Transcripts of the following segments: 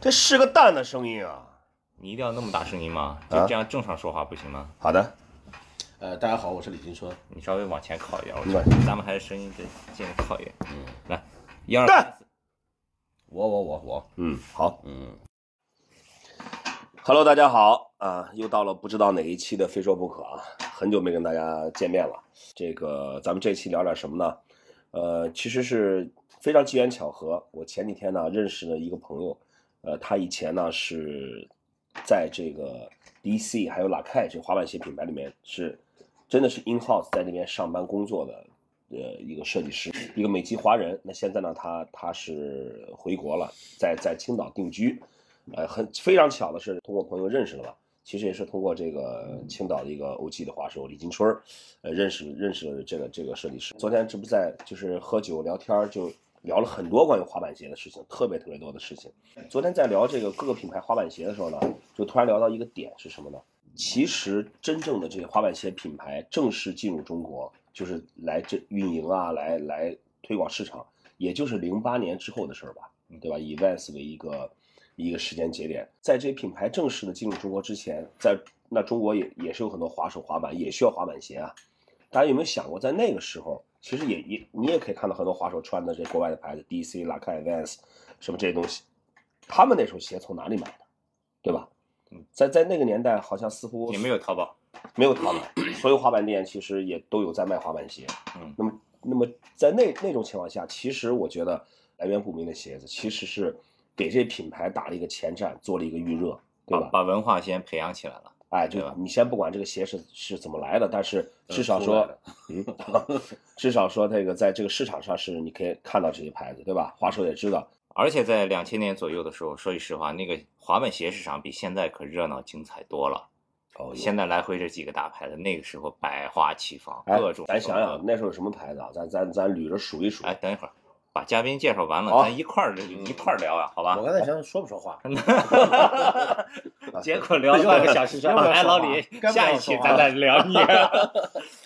这是个蛋的声音啊！你一定要那么大声音吗？就啊这样正常说话不行吗？好的，呃，大家好，我是李金川。你稍微往前靠一点，我对觉得咱们还是声音得尽量靠一点。嗯来，一二蛋三四，我我我我，嗯，好嗯， ，Hello，大家好啊，又到了不知道哪一期的非说不可啊，很久没跟大家见面了。这个咱们这期聊点什么呢？呃，其实是非常机缘巧合，我前几天呢认识了一个朋友，呃，他以前呢是在这个 DC 还有拉凯这个滑板鞋品牌里面是真的是 in house 在那边上班工作的。呃，一个设计师，一个美籍华人。那现在呢，他他是回国了，在在青岛定居。呃，很非常巧的是，通过朋友认识了吧？其实也是通过这个青岛的一个 OG 的滑手李金春儿，呃，认识认识了这个这个设计师。昨天这不在就是喝酒聊天儿，就聊了很多关于滑板鞋的事情，特别特别多的事情。昨天在聊这个各个品牌滑板鞋的时候呢，就突然聊到一个点是什么呢？其实真正的这些滑板鞋品牌正式进入中国，就是来这运营啊，来来推广市场，也就是零八年之后的事儿吧，嗯对吧？以 Vans 为一个一个时间节点，在这些品牌正式的进入中国之前，在那中国也也是有很多滑手滑板，也需要滑板鞋啊。大家有没有想过，在那个时候，其实也也你也可以看到很多滑手穿的这国外的牌子，DC、拉开、Vans 什么这些东西，他们那时候鞋从哪里买的，对吧嗯？在在那个年代，好像似乎也没有淘宝。没有淘板，所有滑板店其实也都有在卖滑板鞋。嗯那么那么在那那种情况下，其实我觉得来源不明的鞋子其实是给这品牌打了一个前站，做了一个预热，对把吧？把文化先培养起来了，哎，啊对就吧你先不管这个鞋是是怎么来的，但是至少呃说，嗯， 至少说这个在这个市场上是你可以看到这些牌子，对吧？华手也知道，而且在两千年左右的时候，说句实话，那个滑板鞋市场比现在可热闹精彩多了。哦现在来回这几个大牌子，那个时候百花齐放，哎各种。，咱想想，那时候有什么牌子啊？咱咱咱捋着数一数。哎，等一会儿，把嘉宾介绍完了，好咱一块儿一块儿聊呀，啊好吧嗯我？刚才想说不 说话， 结果聊了半个小时，要不要来老说话李，该不下要一期说话咱再聊你。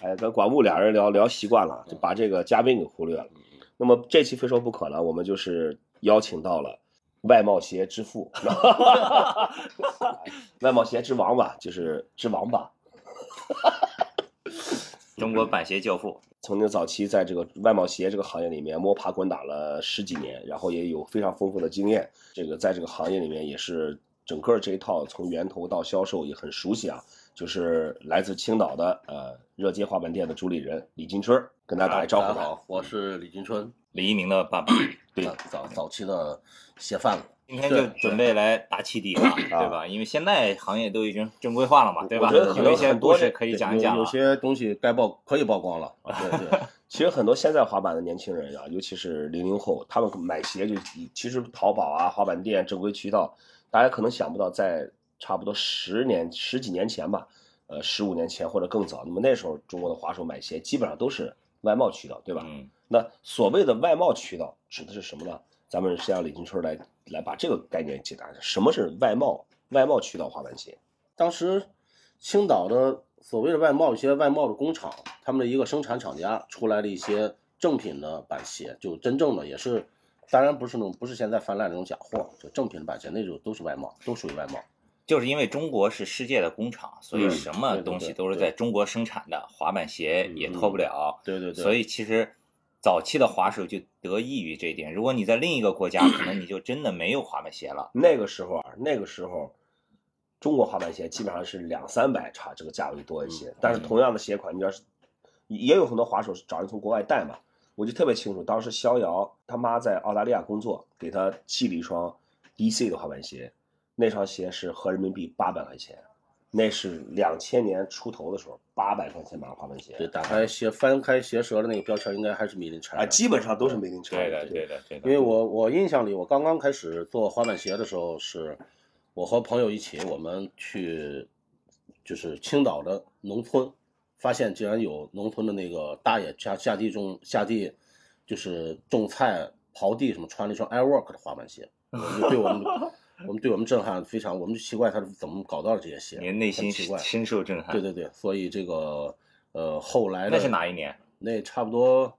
哎，跟管木俩人聊聊习惯了，就把这个嘉宾给忽略了。嗯那么这期非说不可呢，我们就是邀请到了外贸鞋之 父，外贸鞋之王吧，就是之王吧。中嗯国板鞋教父，曾经早期在这个外贸鞋这个行业里面摸爬滚打了十几年，然后也有非常丰富的经验。这个在这个行业里面也是整个这一套从源头到销售也很熟悉啊。就是来自青岛的呃热街滑板店的主理人李金春儿，跟大家打一招啊大呼家吧。好，我是李金春。李一鸣的爸嗯爸，对早早早期的鞋贩子，今天就准备来打起底啊了，对吧？因为现在行业都已经正规化了嘛，对吧？我觉得可能有一些很多故这事可以对讲有一讲啊有了。些东西该曝可以曝光了。对对，啊其实很多现在滑板的年轻人啊，尤其是零零后，他们买鞋就以其实淘宝啊、滑板店正规渠道，大家可能想不到，在差不多十年、十几年前吧，呃，十五年前或者更早，那么那时候中国的滑手买鞋基本上都是外贸渠道，对吧？嗯，那所谓的外贸渠道指的是什么呢？咱们先让李金春来来把这个概念解答一下，什么是外贸？外贸渠道滑板鞋？当时青岛的所谓的外贸，一些外贸的工厂，他们的一个生产厂家出来了一些正品的板鞋，就真正的也是，当然不是那种不是现在泛滥那种假货，就正品的板鞋，那就都是外贸，都属于外贸。就是因为中国是世界的工厂，所以嗯什么对对东西对都是对在中国生产的，滑板鞋也脱不了。对对对，所以其实早期的滑手就得益于这一点。如果你在另一个国家，可能你就真的没有滑板鞋了。那个时候啊，那个时候，中国滑板鞋基本上是两三百差这个价位多一嗯些，但是同样的鞋款，你要是也有很多滑手是找人从国外带嘛。我就特别清楚，当时逍遥他妈在澳大利亚工作，给他寄了一双 DC 的滑板鞋，那双鞋是合人民币八百块钱，那是两千年出头的时候，八百块钱买的滑板鞋，对，打开鞋翻开鞋舌的那个标签，应该还是米林啊，柴。基本上都是 made in China，对的，对的，对的。因为我我印象里，我刚刚开始做滑板鞋的时候是，我和朋友一起，我们去就是青岛的农村，发现竟然有农村的那个大爷下下地种下地，就是种菜刨地什么，穿了一双 Airwalk 的滑板 鞋，我们就对我们我们对我们震撼非常，我们就奇怪他是怎么搞到的这些鞋，你的内很心奇怪，深受震撼。对对对，所以这个呃后来的那是哪一年？那差不多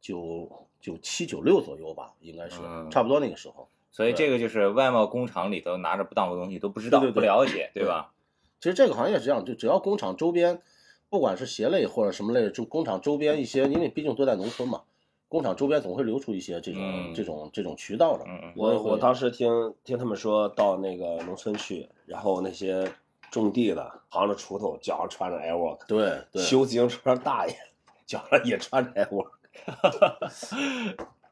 九九七九六左右吧，应该是、嗯差不多那个时候。所以对这个就是外贸工厂里头拿着不当的东西都不知道、对对对不了解，对对吧？其实这个行业是这样，就只要工厂周边，不管是鞋类或者什么类，就工厂周边一些，因为毕竟都在农村嘛，工厂周边总会流出一些这种、嗯这种这种渠道的。嗯嗯，我会我当时听听他们说到那个农村去，然后那些种地的扛着锄头，脚上穿着 Airwalk，对对，修自行车大爷脚上也穿着 Airwalk，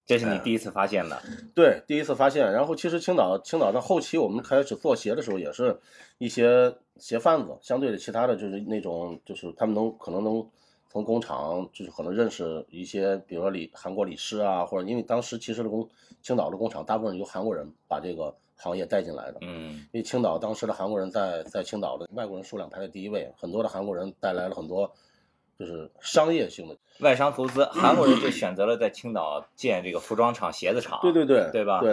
这是你哎第一次发现的，对，第一次发现。然后其实青岛，青岛到后期我们开始做鞋的时候，也是一些鞋贩子，相对的其他的就是那种，就是他们能可能能从工厂，就是可能认识一些，比如说李韩国李师啊，或者因为当时其实的工青岛的工厂大部分由韩国人把这个行业带进来的。嗯因为青岛当时的韩国人在在青岛的外国人数量排在第一位，很多的韩国人带来了很多就是商业性的。外商投资，韩国人就选择了在青岛建这个服装厂、鞋子厂。对对对，啊对吧对，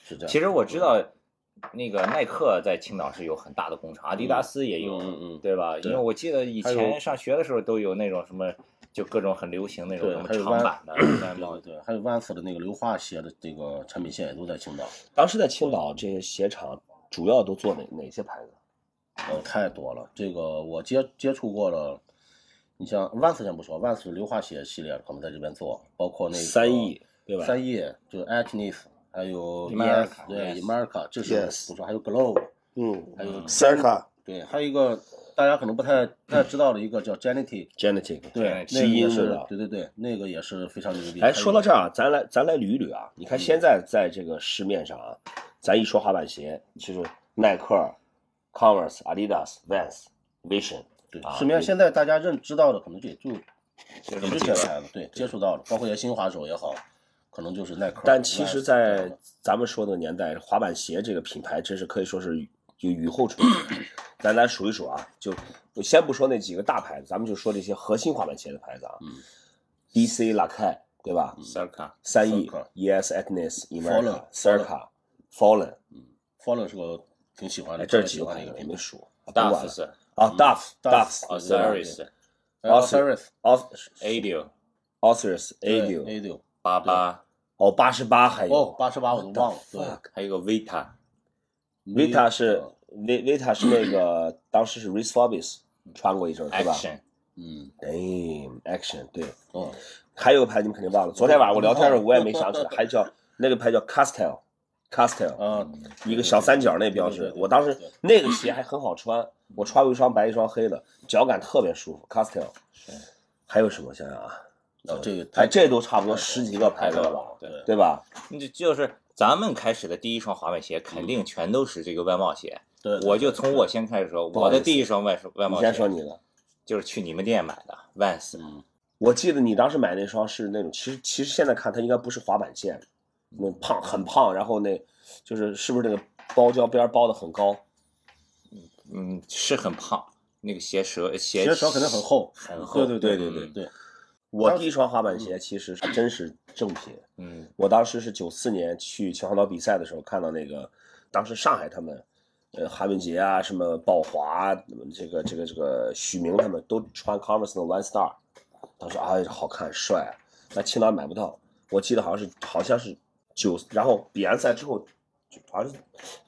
是这样。其实我知道，那个耐克在青岛是有很大的工厂，阿迪达斯也有，嗯嗯嗯对吧？对因为我记得以还有前上学的时候都有那种什么，就各种很流行那种对什么还有长版的外贸对，对，还有 Vans 的那个硫化鞋的这个产品线也都在青岛，当时在青岛这些鞋厂主要都做哪哪些牌子？呃，太多了。这个我接接触过了，你像 Vans 先不说，Vans 硫化鞋系列可能在这边做，包括那个三亿对吧？三亿就是 Acnes，还有 America， ES 对 yes America，这是 Yes 不说，还有 Globe，嗯还有，Serca 对，还有一个大家可能不太不太知道的一个叫 Genetic， Genetic。Genetic，对，那个也基因是是吧，对对对，那个也是非常牛逼。哎，说到这。这儿啊，咱来咱来捋一捋啊。你嗯看现在在这个市面上啊，咱一说滑板鞋，就是耐克、Converse、Adidas、Vans、Vision，对啊，市对面上现在大家认知到的，可能就也就就也就这些牌子，对，接触到了，包括一些新滑手也好，可能就是耐克。但其实，在 Vans 咱们说的年代，滑板鞋这个品牌真是可以说是雨就雨后春 笋。咱来数一数啊，就就先不说那几个大牌子，咱们就说这些核心滑板鞋的牌子啊。嗯 DC、拉凯，对吧？ Sarka，三，E 翼 Circa、 ES、Etnis、 Fallen， America、Circa、Fallen， Fallen 是个挺喜欢的，哎，这特别几喜个欢的牌子我一个品牌。没数啊， d 不 a 管 f 了 s 啊，Duff、嗯 Duff， Duff、 Osiris、还有 Austin Osiris Os- Adio、 Osiris、 A Adu，六巴巴，哦，八十八还哦有八十八我都忘了，对 Fuck 还有个 Vita， ，Vita 是 Vi- Vita 是那个当时是 Reese Forbes 穿过一阵儿，对吧 Action，嗯 Damn Action，对，哦还有个牌你们肯定忘了，昨天晚上我聊天的时候我也没想起来，还叫那个牌叫 Castell，Castell，啊，嗯一个小三角那标对志对，对我当时对那个鞋还很好穿，我穿过一双白一双黑的，脚感特别舒服，Castell，还有什么想想啊？哦这个太哎，这都差不多十几个牌子了吧，对，对吧？那就就是咱们开始的第一双滑板鞋，嗯肯定全都是这个外贸鞋。对，对我就从我先开始说，不好我意思的第一双外外你贸先说鞋你的。就是去你们店买的 Vans，嗯我记得你当时买那双是那种，其实其实现在看它应该不是滑板线，那胖很胖，然后那就是是不是那个包胶边包的很高？嗯，是很胖，那个鞋舌鞋鞋舌肯定很厚，很厚，对对对对对对，我第一双滑板鞋其实是真是正品，嗯我当时是九四年去秦皇岛比赛的时候看到那个，当时上海他们，呃，韩文杰啊，什么宝华，嗯这个这个这个许明他们都穿 Converse 的 One Star，当时哎好看帅啊，来青岛买不到，我记得好像是好像是九，然后比完赛之后，就好像是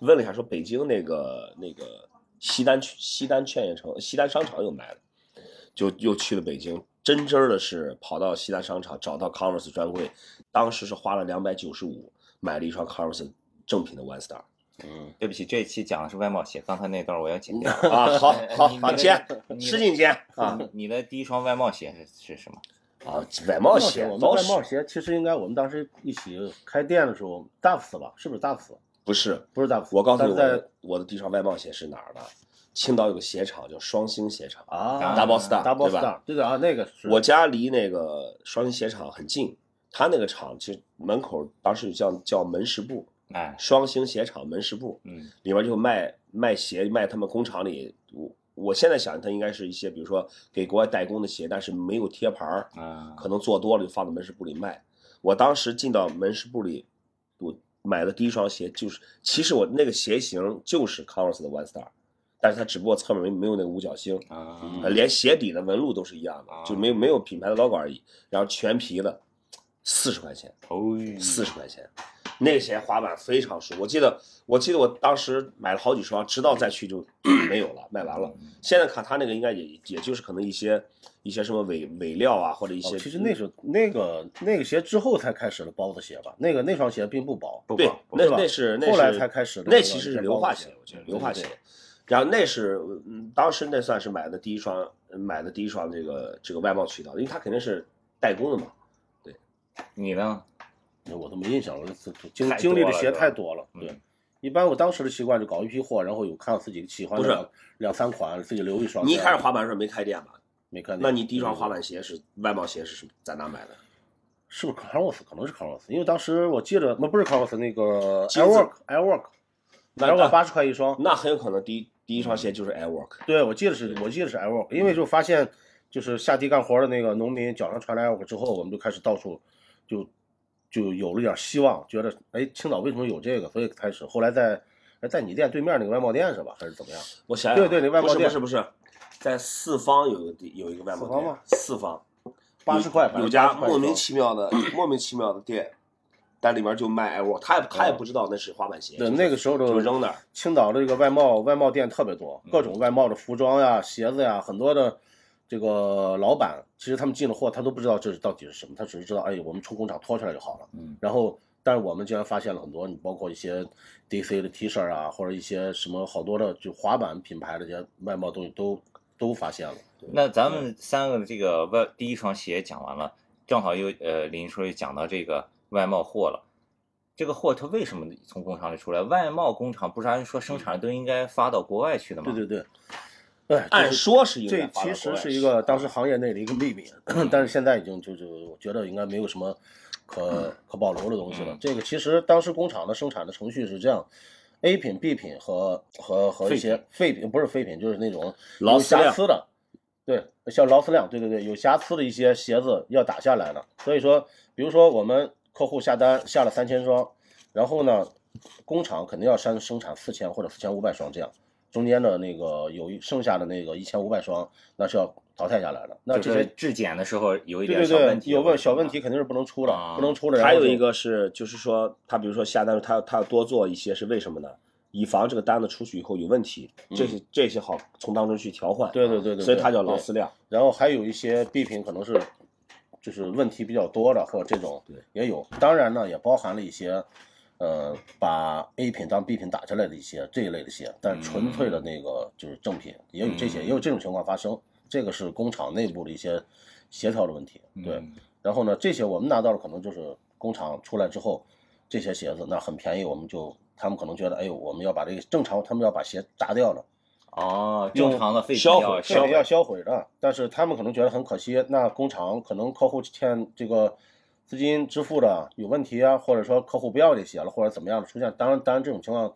问了一下说北京那个那个西单区西单劝业城西单商场有卖的，就又去了北京，真真儿的是跑到西单商场找到 Converse 专柜，当时是花了两百九十五买了一双 Converse 正品的 One Star 嗯，对不起，这一期讲的是外贸鞋，刚才那段我要剪掉。啊， 好好你好你接，你使劲接啊你你的第一双外贸鞋是是什么？啊，外贸鞋我们都外是贸鞋其实应该我们当时一起开店的时候，Duff 吧，是不是 Duff？不是？不是 Duff，我告诉你，我但是在的我的第一双外贸鞋是哪儿的？青岛有个鞋厂叫双星鞋厂啊 Double Star， Double 对吧 Star，对的啊，那个是我家离那个双星鞋厂很近，他那个厂其实门口当时有叫叫门市部，哎，双星鞋厂门市部，嗯，里面就卖卖鞋，卖他们工厂里。我我现在想，它应该是一些比如说给国外代工的鞋，但是没有贴牌儿，啊，可能做多了就放到门市部里卖。我当时进到门市部里，我买的第一双鞋就是，其实我那个鞋型就是 Converse 的 One Star，但是它只不过侧面没没有那个五角星，啊，嗯呃连鞋底的纹路都是一样的啊，就没有没有品牌的 logo 而已。然后全皮的，四十块钱，哦，四十块钱，那些滑板非常熟。我记得我记得我当时买了好几双，直到再去就 没有了，卖完了。嗯现在看他那个应该也也就是可能一些一些什么尾尾料啊，或者一些、哦其实那时候那个那个鞋之后才开始了包子鞋吧，那个那双鞋并不薄，不对不，那是吧那是那是后来才开始的那其实是这个硫化包子鞋鞋，我觉得嗯硫化对鞋。然后那是嗯，当时那算是买的第一双，嗯买的第一双这个这个外贸渠道，因为它肯定是代工的嘛。你呢？我都没印象了，这这经太多经历的了鞋是吧太多了。对，嗯一般我当时的习惯就搞一批货，然后有看自己喜欢不的是两两三款，自己留一双这你一样开的。始滑板的时候没开店吧？哦没看见？那你第一双嗯滑板鞋是外贸鞋是什么在哪买的？是不是 Converse？可能是 Converse，因为当时我记得，那不是 Converse，那个金子 Airwork Airwork 那 Airwork 八十块一双。那很有可能第一第一双鞋就是 Airwork。对，我记得是，我记得是 Airwork，因为嗯就发现就是下地干活的那个农民脚上穿了 Airwork 之后，我们就开始到处就就有了点希望，觉得哎，青岛为什么有这个？所以开始后来在哎在你店对面那个外贸店是吧，还是怎么样？我想想啊，对对那外贸不店是不是不是，在四方有个地有一个外贸四方店吗，四方八十块，反正有家80块一莫名双其妙的莫名其妙的店，但里面就卖 Airwork，他也他也不知道那是滑板鞋，嗯对，就是那个时候就的扔那儿。青岛这个外贸外贸店特别多，各种外贸的服装呀、鞋子呀，很多的这个老板，其实他们进了货，他都不知道这是到底是什么，他只是知道，哎，我们从工厂拖出来就好了。嗯，然后，但是我们竟然发现了很多，你包括一些 DC 的 T 恤啊，或者一些什么好多的就滑板品牌的这些外贸东西都都发现了。那咱嗯们三个的这个外第一双鞋讲完了，正好又呃林叔又讲到这个外贸货了。这个货它为什么从工厂里出来？外贸工厂不是按说生产的都应该发到国外去的吗？对对对，哎，这按是说是应该这发其到实国外是去一个当时行业内的一个秘密，嗯但是现在已经就就我觉得应该没有什么可可保留的东西了嗯。这个其实当时工厂的生产的程序是这样：A 品、B 品和和和一些废品，不是废品，就是那种劳有斯量瑕疵的，对，像劳斯量，对对对，有瑕疵的一些鞋子要打下来了。所以说，比如说我们客户下单下了三千双，然后呢，工厂肯定要生生产四千或者四千五百双这样，中间的那个有一剩下的那个一千五百双，那是要淘汰下来的。那就这是些质检的时候有一对点对小问对，题，有问小问题肯定是不能出的，啊不能出的。然后还有就一个是，就是说他比如说下单，他他要多做一些，是为什么呢？以防这个单子出去以后有问题，这些这些好从当中去调换。嗯对对对对所以它对叫劳对斯量。然后还有一些 B 品可能是就是问题比较多的，或者这种对也有。当然呢，也包含了一些呃把 A 品当 B 品打下来的一些这一类的鞋，但是纯粹的那个就是正品，也有这些，嗯也有这种情况发生。这个是工厂内部的一些协调的问题，对。嗯然后呢，这些我们拿到的可能就是工厂出来之后，这些鞋子那很便宜，我们就他们可能觉得，哎呦，我们要把这个正常，他们要把鞋砸掉了。哦，正常的废品销毁销要这毁个要销毁的，但是他们可能觉得很可惜，那工厂可能客户欠这个资金支付的有问题啊，或者说客户不要这些了，或者怎么样的出现，当然当然这种情况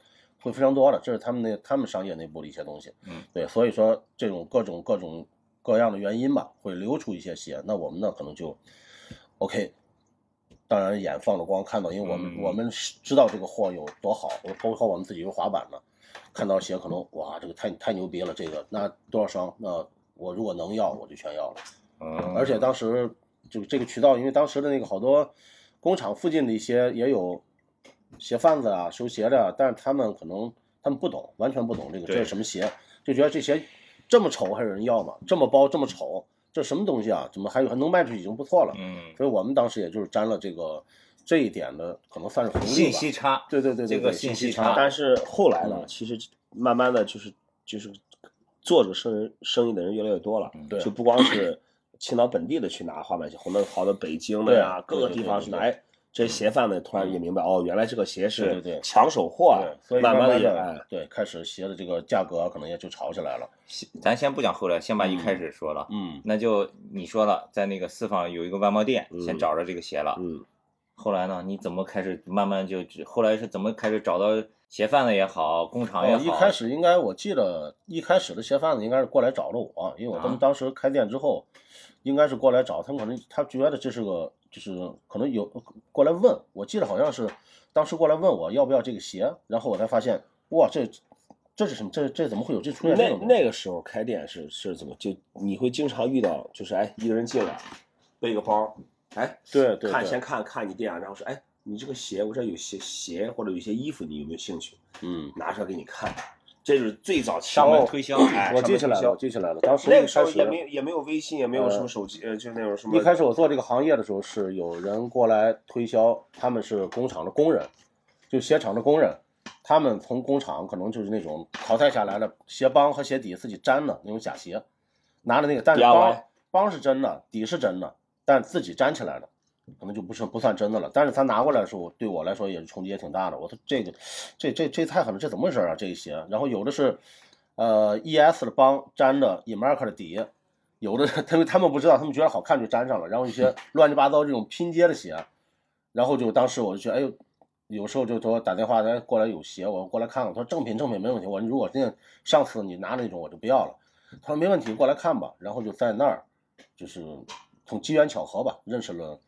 会非常多的，这是他们那他们商业内部的一些东西，嗯，对，所以说这种各种各种各样的原因吧，会流出一些血，那我们呢可能就 OK。当然，眼放着光看到，因为我们、嗯我们是知道这个货有多好，我包括我们自己有滑板的，看到鞋可能哇，这个太太牛逼了，这个那多少双？那我如果能要，我就全要了。嗯而且当时就这个渠道，因为当时的那个好多工厂附近的一些也有鞋贩子啊、收鞋的啊，但是他们可能他们不懂，完全不懂这个对这是什么鞋，就觉得这鞋这么丑还有人要吗？这么包这么丑，这什么东西啊？怎么还有还能卖出去已经不错了？嗯所以我们当时也就是沾了这个这一点的，可能算是红利信吧。息差，对对对对这对，个信信息差差。啊但是后来嗯呢，其实慢慢的就是就是做这个生意生意的人越来越多了，嗯对就不光是青岛本地的去拿滑板鞋，可能跑到北京的呀，对啊各对嗯个地方去拿。哎这些鞋贩子突然也明白，哦，原来这个鞋对是对对抢手货啊对，所以慢慢的也哎的，对，开始鞋的这个价格可能也就炒起来了。咱先不讲后来，先把一开始说了。嗯，那就你说了，在那个四方有一个外贸店，先找着这个鞋了。嗯，后来呢，你怎么开始慢慢就只后来是怎么开始找到鞋贩子也好，工厂也哦，好，一开始应该我记得一开始的鞋贩子应该是过来找了我，因为我他啊们当时开店之后，应该是过来找他们，可能他觉得这是个就是可能有过来问，我记得好像是当时过来问我要不要这个鞋，然后我才发现哇这这是什么这这怎么会有这出现这那种东西那个时候开店是是怎么就你会经常遇到，就是哎一个人进来背个包，哎对对看先对看看你店，然后说哎你这个鞋，我这儿有些鞋或者有些衣服，你有没有兴趣？嗯，拿出来给你看。这就是最早期上门推销哎，我上记门起推来销了，我记起来了。当时那一个时候开也始嗯没有也没有微信，也没有什么手机，呃，就那种什么。一开始我做这个行业的时候，是有人过来推销，他们是工厂的工人，就鞋厂的工人，他们从工厂可能就是那种淘汰下来的鞋帮和鞋底自己粘的那种假鞋，拿着那个，但是 DIY 帮帮是真的，底是真的，但自己粘起来的，可能就不是不算真的了。但是他拿过来的时候，对我来说也是冲击也挺大的。我说这个，这这这太狠了，这怎么回事啊？这一鞋，然后有的是，呃，ES 的帮粘的 Emark 的底，有的 他们他们不知道，他们觉得好看就粘上了，然后一些乱七八糟这种拼接的鞋，然后就当时我就觉得，哎呦，有时候就说打电话来过来有鞋，我过来看看，他说正品正品没问题，我说如果真的上次你拿那种我就不要了，他说没问题，过来看吧，然后就在那儿，就是从机缘巧合吧认识了，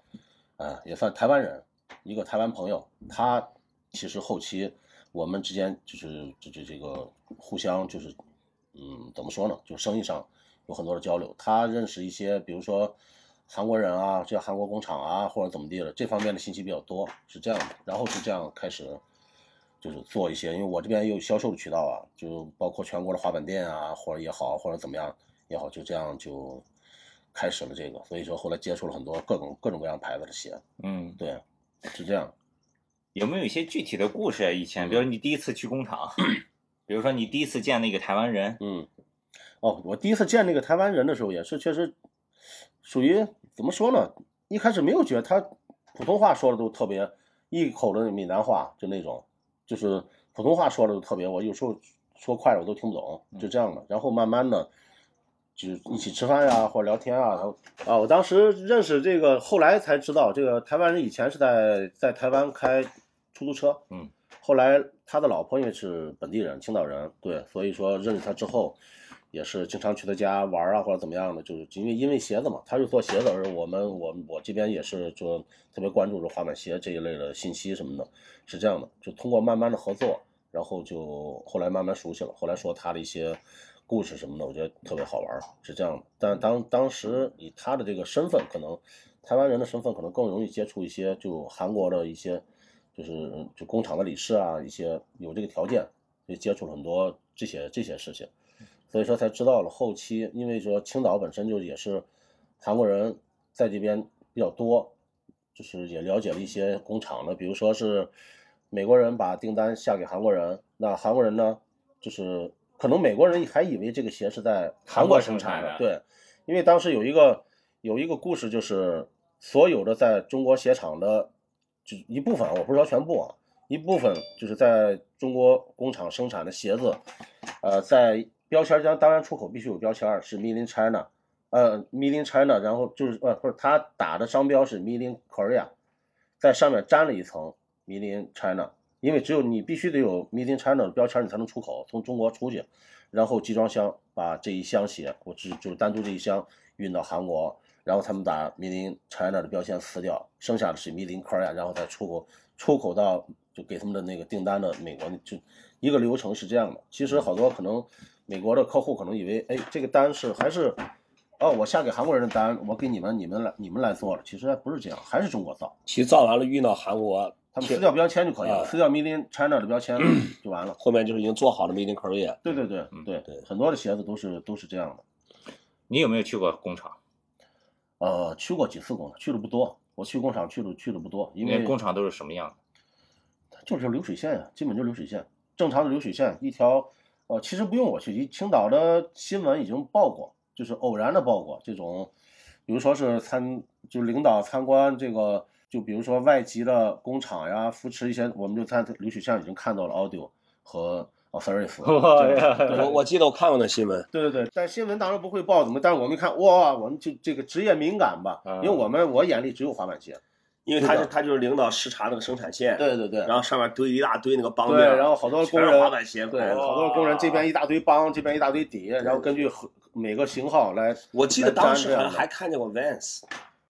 啊、也算台湾人，一个台湾朋友，他其实后期我们之间就是这这这个互相就是，嗯，怎么说呢？就生意上有很多的交流。他认识一些，比如说韩国人啊，这韩国工厂啊，或者怎么地的，这方面的信息比较多，是这样的。然后是这样开始就是做一些，因为我这边也有销售的渠道啊，就包括全国的滑板店啊，或者也好，或者怎么样也好，就这样就开始了这个。所以说后来接触了很多各种各种各样牌子的鞋，嗯，对，是这样。有没有一些具体的故事啊？以前，嗯比如你第一次去工厂， 比如说你第一次见那个台湾人，嗯，哦，我第一次见那个台湾人的时候，也是确实属于怎么说呢？一开始没有觉得他普通话说的都特别一口的闽南话，就那种，就是普通话说的都特别，我有时候说快了我都听不懂，就这样的。然后慢慢的就一起吃饭呀，或者聊天啊，然后啊，我当时认识这个，后来才知道这个台湾人以前是在在台湾开出租车，嗯，后来他的老婆因为是本地人，青岛人，对，所以说认识他之后，也是经常去他家玩啊或者怎么样的，就是因为因为鞋子嘛，他是做鞋子，而我们我我这边也是就特别关注着滑板鞋这一类的信息什么的，是这样的，就通过慢慢的合作，然后就后来慢慢熟悉了，后来说他的一些故事什么的，我觉得特别好玩儿，是这样的。但当当时以他的这个身份，可能台湾人的身份，可能更容易接触一些就韩国的一些，就是就工厂的理事啊，一些有这个条件，就接触了很多这些这些事情，所以说才知道了后期，因为说青岛本身就也是韩国人在这边比较多，就是也了解了一些工厂的，比如说是美国人把订单下给韩国人，那韩国人呢，就是可能美国人还以为这个鞋是在韩国生产韩国生产的对，因为当时有一个有一个故事，就是所有的在中国鞋厂的就一部分，我不是说全部啊，一部分就是在中国工厂生产的鞋子，呃，在标签儿上当然出口必须有标签儿，是 Made in China，呃，Made in China，然后就是呃，不是他打的商标是 Made in Korea，在上面粘了一层 Made in China，因为只有你必须得有 Made in China 的标签儿，你才能出口从中国出去，然后集装箱把这一箱鞋，我只就是单独这一箱运到韩国，然后他们把 Made in China 的标签撕掉，剩下的是 Made in Korea，然后再出口出口到就给他们的那个订单的美国，就一个流程是这样的。其实好多可能美国的客户可能以为，哎，这个单是还是哦，我下给韩国人的单，我给你们，你们来你们来做了，其实还不是这样，还是中国造。其实造完了运到韩国，他们撕掉标签就可以了，啊撕掉 Made in China 的 标签就完了。后面就是已经做好了 Made in Korea。对对对嗯对对，很多的鞋子都是都是这样的。你有没有去过工厂？呃，去过几次工厂，去的不多。我去工厂去的去的不多，因那为工厂都是什么样的？就是流水线呀、基本就是流水线，正常的流水线一条。呃，其实不用我去，一青岛的新闻已经报过，就是偶然的报过这种，比如说是参，就领导参观这个，就比如说外籍的工厂呀，扶持一些，我们就在流水线已经看到了 Audio 和 Authorities 哇这样。呀 对我我记得我看过那新闻，对对对，但新闻当然不会报怎么，但是我们一看，哇，我们就这个职业敏感吧，因为我们我眼里只有滑板鞋。因为他是是的他就是领导视察那个生产线，对对对，然后上面堆一大堆那个帮面，对，然后好多全工是人滑板鞋，哎对，哦哇好多工人这边一大堆帮，这边一大堆底，然后根据和每个型号来。我记得当时好像来粘这样的还看见过 Vans，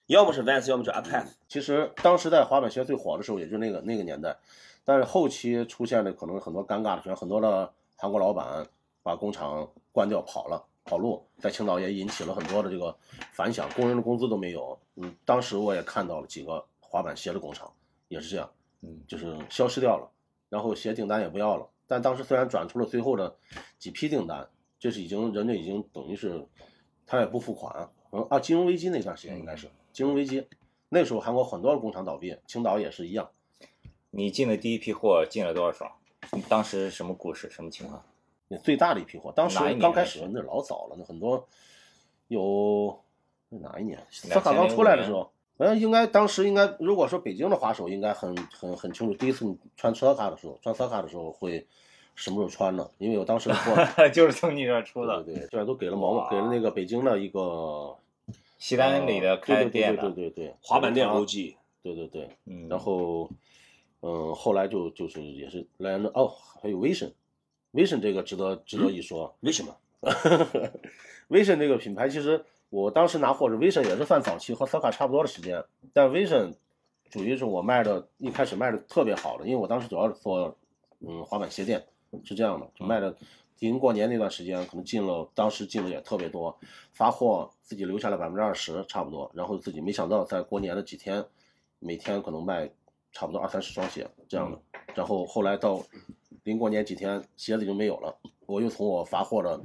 要么是 Vans，要么是 Apath。其实当时在滑板鞋最火的时候，也就那个那个年代，但是后期出现的可能很多尴尬的事，很多的韩国老板把工厂关掉跑了。跑路在青岛也引起了很多的这个反响，工人的工资都没有。嗯，当时我也看到了几个滑板鞋的工厂，也也是这样，嗯，就是消失掉了，然后鞋订单也不要了。但当时虽然转出了最后的几批订单，这是已经人家已经等于是他也不付款，嗯啊，金融危机那段时间应该是金融危机，那时候韩国很多工厂倒闭，青岛也是一样。你进的第一批货进了多少双？你当时什么故事？什么情况？ 那最大的一批货，当时哪一年刚开来始着那老早了，那很多有那哪一年？ 2005萨卡刚出来的时候，反正应该当时应该，如果说北京的滑手应该很很很清楚，第一次你穿萨卡的时候，穿萨卡的时候会什么时候穿呢？因为我当时的 货，就是从你这儿出对的，对对，这都给了毛毛，哇给了那个北京的一个西单里的呃对开对店的，对对对对，对滑板店然后 OG，对对对，嗯，然后，嗯，后来就就是也是来了哦，还有 Vision，Vision 这个值得值得一说。为什 么？ Vision 这个品牌，其实我当时拿货是 Vision 也是算早期和 Saka 差不多的时间，但 Vision 属于是我卖的，一开始卖的特别好的，因为我当时主要是做嗯滑板鞋垫，是这样的，就卖的。临过年那段时间，可能进了，当时进的也特别多，发货自己留下了百分之二十差不多，然后自己没想到在过年的几天，每天可能卖差不多二三十双鞋这样的，然后后来到临过年几天鞋子就没有了，我又从我发货的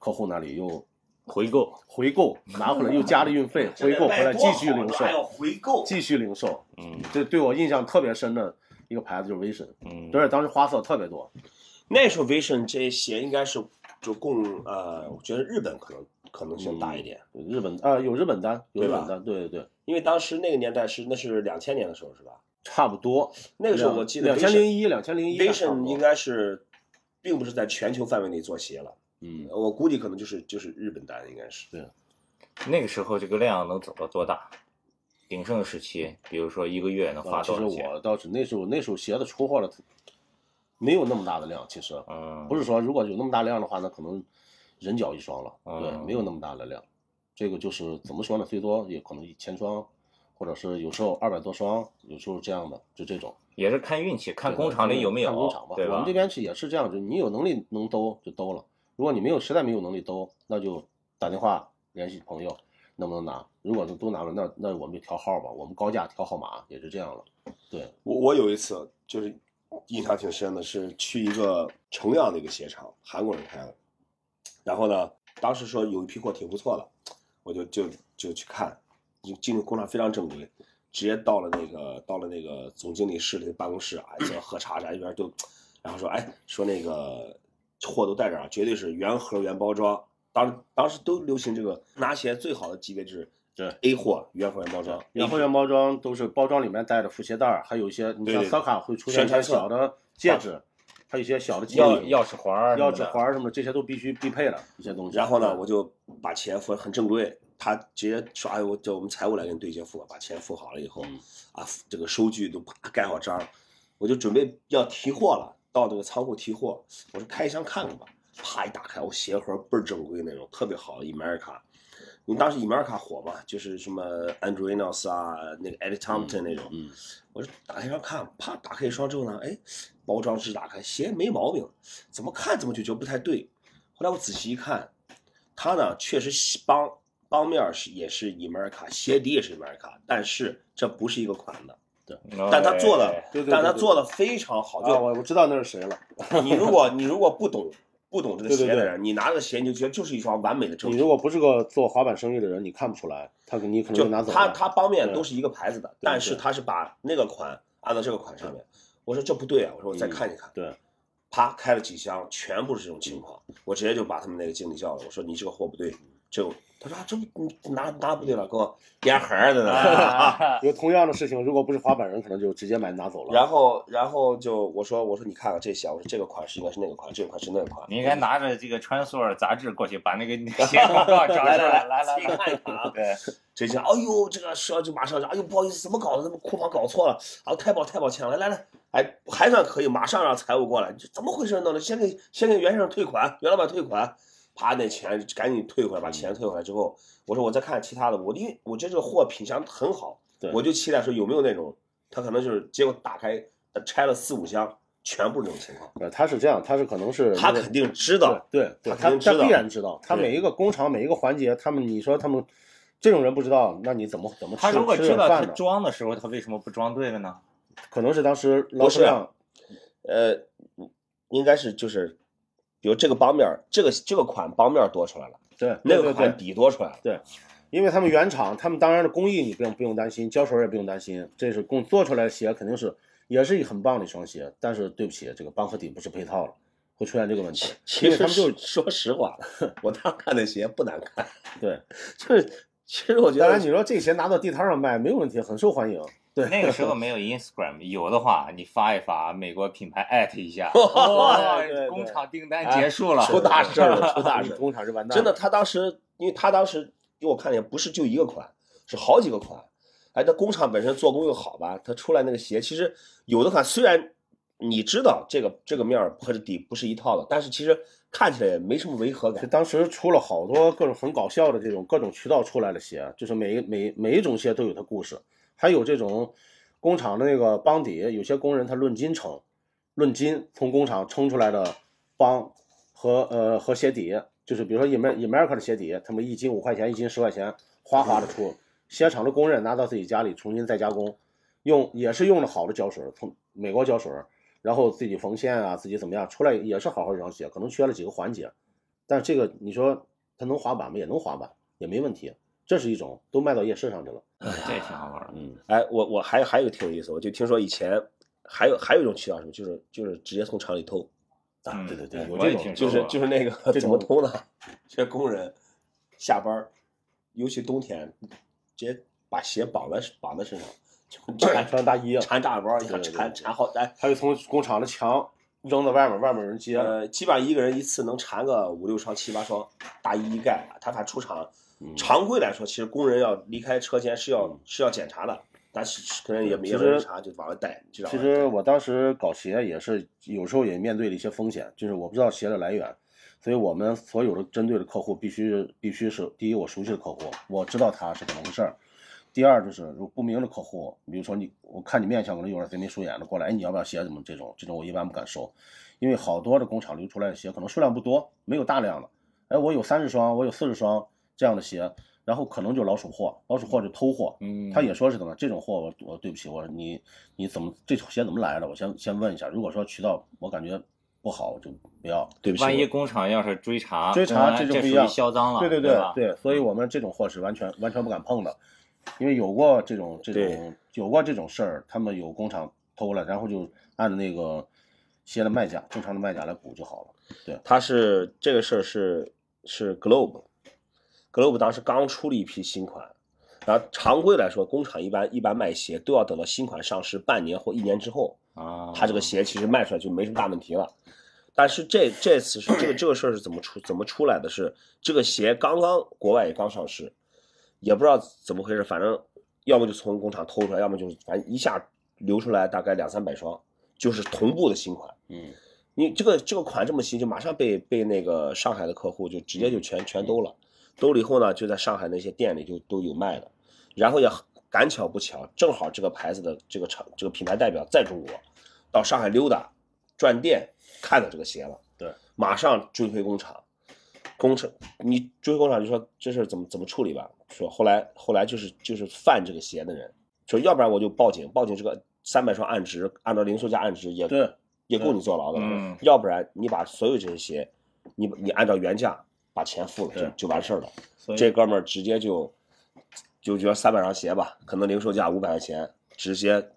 客户那里又回购，回购，拿回来又加了 运费，回购回来继续零售，回购继续零售。嗯这对我印象特别深的一个牌子就是 Vision，嗯，而且当时花色特别多。那时候 Vision 这些鞋应该是就供呃，我觉得日本可能可能性大一点，日本啊、有日本单，有日对吧本单，对对对，因为当时那个年代是那是两千年的时候是吧？差不多。那个时候我记得两千零一，两千零一 Vision 应该是，并不是在全球范围内做鞋了，嗯，我估计可能就是就是日本单应该是。那个时候这个量能走到多大？鼎盛时期，比如说一个月能啊发其多实少钱？我倒是那时候那时候鞋子出货的没有那么大的量，其实嗯，不是说如果有那么大量的话，那可能人脚一双了，对，嗯没有那么大的量。这个就是怎么说呢？最多也可能一千双，或者是有时候二百多双，有时候这样的，就这种。也是看运气，看工厂里有没有，看工厂吧。对我吧们这？边是也是这样，就你有能力能兜就兜了，如果你没有实在没有能力兜，那就打电话联系朋友能不能拿。如果是都拿不了，那那我们就调号吧，我们高价调号码也是这样了。对，我我有一次就是印象挺深的，是去一个重阳的一个鞋厂，韩国人开的。然后呢，当时说有一批货挺不错的，我就就就去看，就进入工厂非常正规，直接到了那个到了那个总经理室里的办公室啊，一边喝茶啥一边就，然后说哎说那个货都在这儿啊，绝对是原盒原包装。当当时都流行这个拿鞋最好的级别就是对 A 货原盒原包装，然后原包装都是包装里面带着副鞋带儿，还有一些嗯你对像对对萨卡会出现宣一传些册小的戒指，还有一些小的钥戒指钥匙环儿什么钥的，匙环儿什么的，这些都必须必配的一些东西。嗯然后呢，我就把钱付，很正规。他直接说：“哎，我叫我们财务来给你对接付，把钱付好了以后，嗯啊，付这个收据都啪盖好章，我就准备要提货了，到那个仓库提货。我说开一箱看看吧，啪一打开，我鞋盒倍儿正规那种，特别好的 America。因为当时 America 火嘛，就是什么 Andrew Inos 啊，那个 Eddie Thompton 那种，嗯，我说打开一双看，啪打开一双之后呢，哎，包装纸打开，鞋没毛病，怎么看怎么就觉得不太对。后来我仔细一看，它呢确实帮帮面儿是也是伊美尔卡，鞋底也是伊美尔卡，但是这不是一个款的，嗯，但它做的哎，对对对但它对做的非常好。啊，我我知道那是谁了。就你如果你如果不懂不懂这个对鞋对的对人，你拿着鞋你就觉得就是一双完美的正你品。如果不是个做滑板生意的人，你看不出来，他你可能就拿走它了它帮面对都是一个牌子的，但是对它是把那个款按到这个款上面。我说这不对啊，我说我再嗯看一看。对，啪开了几箱，全部是这种情况。我直接就把他们那个经理叫了，我说你这个货不对，这个他说、啊、这不你拿拿不对了，给我编盒儿的呢。啊有同样的事情，如果不是滑板人，可能就直接买拿走了。 呃然后然后就我说我说你看看这些，我说这个款式应该是那个款，这个款是那个款。 你应该拿着这个《穿梭尔》杂志过去，把那个 鞋广告找出来来，来来来，来自己来，看一看啊。对，这下，哎呦，这个说就马上就，哎呦，不好意思，怎么搞的？怎么库房搞错了？啊，太抱太抱歉了，来来来，哎，还算可以，马上让财务过来，这怎么回事弄的？先给先给袁先生退款，袁老板退款，啪，那钱赶紧退回来，把钱退回来之后，我说我再看其他的，我因为我觉得这个货品相很好对，我就期待说有没有那种，他可能就是结果打开呃拆了四五箱，全部是这种情况，呃，他是这样，他是可能是他那个肯定知道，对对，他肯定他知道必然知道，他对每一个工厂每一个环节，他们你说他们这种人不知道，那你怎么怎么吃他如果吃知点道他饭呢？装的时候，他为什么不装对了呢？可能是当时劳不是啊动量呃，应该是就是，比如这个帮面儿，这个这个款帮面儿多出来了，对那对个对款对，底多出来了。因为他们原厂，他们当然的工艺你不用不用担心，胶水也不用担心，这是工做出来的鞋肯定是也是一很棒的一双鞋，但是对不起，这个帮和底不是配套了，会出现这个问题。其实他们就说实话， 我当时看那鞋不难看，对，就是其实我觉当然得你说这鞋拿到地摊上卖没有问题，很受欢迎。对，那个时候没有 Instagram，有 的话你发一发，美国品牌艾特一 下，哇对哎对工厂订单结束了，出大事儿 了，出大你事儿了。工厂是完蛋了，真的，他当时，因为他当时给我看见不是就一个款，是好几个款。哎，那工厂本身做工又好吧，它出来那个鞋，其实有的款虽然你知道这个这个面儿和这底不是一套的，但是其实看起来也没什么违和就感。当时出了好多各种很搞笑的这种各种渠道出来的鞋，啊就是每一每每一种鞋都有它故事，还有这种工厂的那个帮底，有些工人他论斤称，论斤从工厂称出来的帮和呃和鞋底，就是比如说 Emer Emerca 的鞋底，他们一斤五块钱，一斤十块钱，哗哗的出，鞋厂的工人拿到自己家里重新再加工，用也是用了好的胶水，从美国胶水。然后自己缝线啊，自己怎么样，出来也是好好一双鞋，可能缺了几个环节，但是这个你说它能滑板吗？也能滑板，也没问题。这是一种都卖到夜市上去了。 这也挺好玩的。嗯，哎，我我还还有一个挺有意思，我就听说以前还有还有一种渠道是什么，就是就是直接从厂里偷，啊，对对对，嗯有我也这种听就说是过就是那个这怎么种偷呢？这工人下班儿，尤其冬天，直接把鞋绑在绑在身上，就穿缠穿大衣啊，缠大包儿，你看对对对缠缠好哎。还有从工厂的墙扔到外面，外面有人接。呃，基本上一个人一次能缠个五六双、七八双，大衣一盖。他反正出厂，嗯常规来说，其实工人要离开车前是要是要检查的，但是可能也没其有实人查，就往外带。就往其外实带我当时搞鞋也是，有时候也面对了一些风险，就是我不知道鞋的来源，所以我们所有的针对的客户必须必须是第一，我熟悉的客户，我知道他是怎么回事儿；第二就是如果不明的客户，比如说你，我看你面相可能有点贼眉鼠眼的过来，哎，你要不要鞋？怎么这种这种我一般不敢收，因为好多的工厂流出来的鞋可能数量不多，没有大量的，哎，我有三十双，我有四十双这样的鞋，然后可能就老鼠货，老鼠货就偷货，嗯，他也说是怎么这种货我，我对不起，我说你你怎么这鞋怎么来的？我先先问一下，如果说渠道我感觉不好，我就不要。对不起，万一我工厂要是追查，追查公安这这就不一属于样销赃了，对对对吧嗯对，所以我们这种货是完全完全不敢碰的，因为有过这种这对种有过这种事儿，他们有工厂偷了，然后就按那个鞋的卖价，正常的卖价来补就好了。他是这个事儿是是 Globe，Globe 当时刚出了一批新款，然后常规来说，工厂一般一般卖鞋都要等到新款上市半年或一年之后，啊，他这个鞋其实卖出来就没什么大问题了。但是这这次是这个这个事儿是怎么出怎么出来的是？这个鞋刚刚国外也刚上市，也不知道怎么回事，反正要么就从工厂偷出来，要么就是反正一下流出来大概两三百双，就是同步的新款。嗯，你这个这个款这么新，就马上被被那个上海的客户就直接就全全兜了，兜了以后呢，就在上海那些店里就都有卖的，然后也很赶巧不巧，正好这个牌子的这个厂这个品牌代表在中国，到上海溜达转店，看到这个鞋了，对，马上追回工厂，工厂你追回工厂就说这事儿怎么怎么处理吧，说后来后来就是就是贩这个鞋的人说，要不然我就报警，报警这个三百双按值，按照零售价按值也对，也够你坐牢的了。嗯呃要不然你把所有这些鞋，你你按照原价把钱付了，就对就完事儿了。所以这哥们儿直接就就觉得三百双鞋吧，可能零售价五百块钱，直接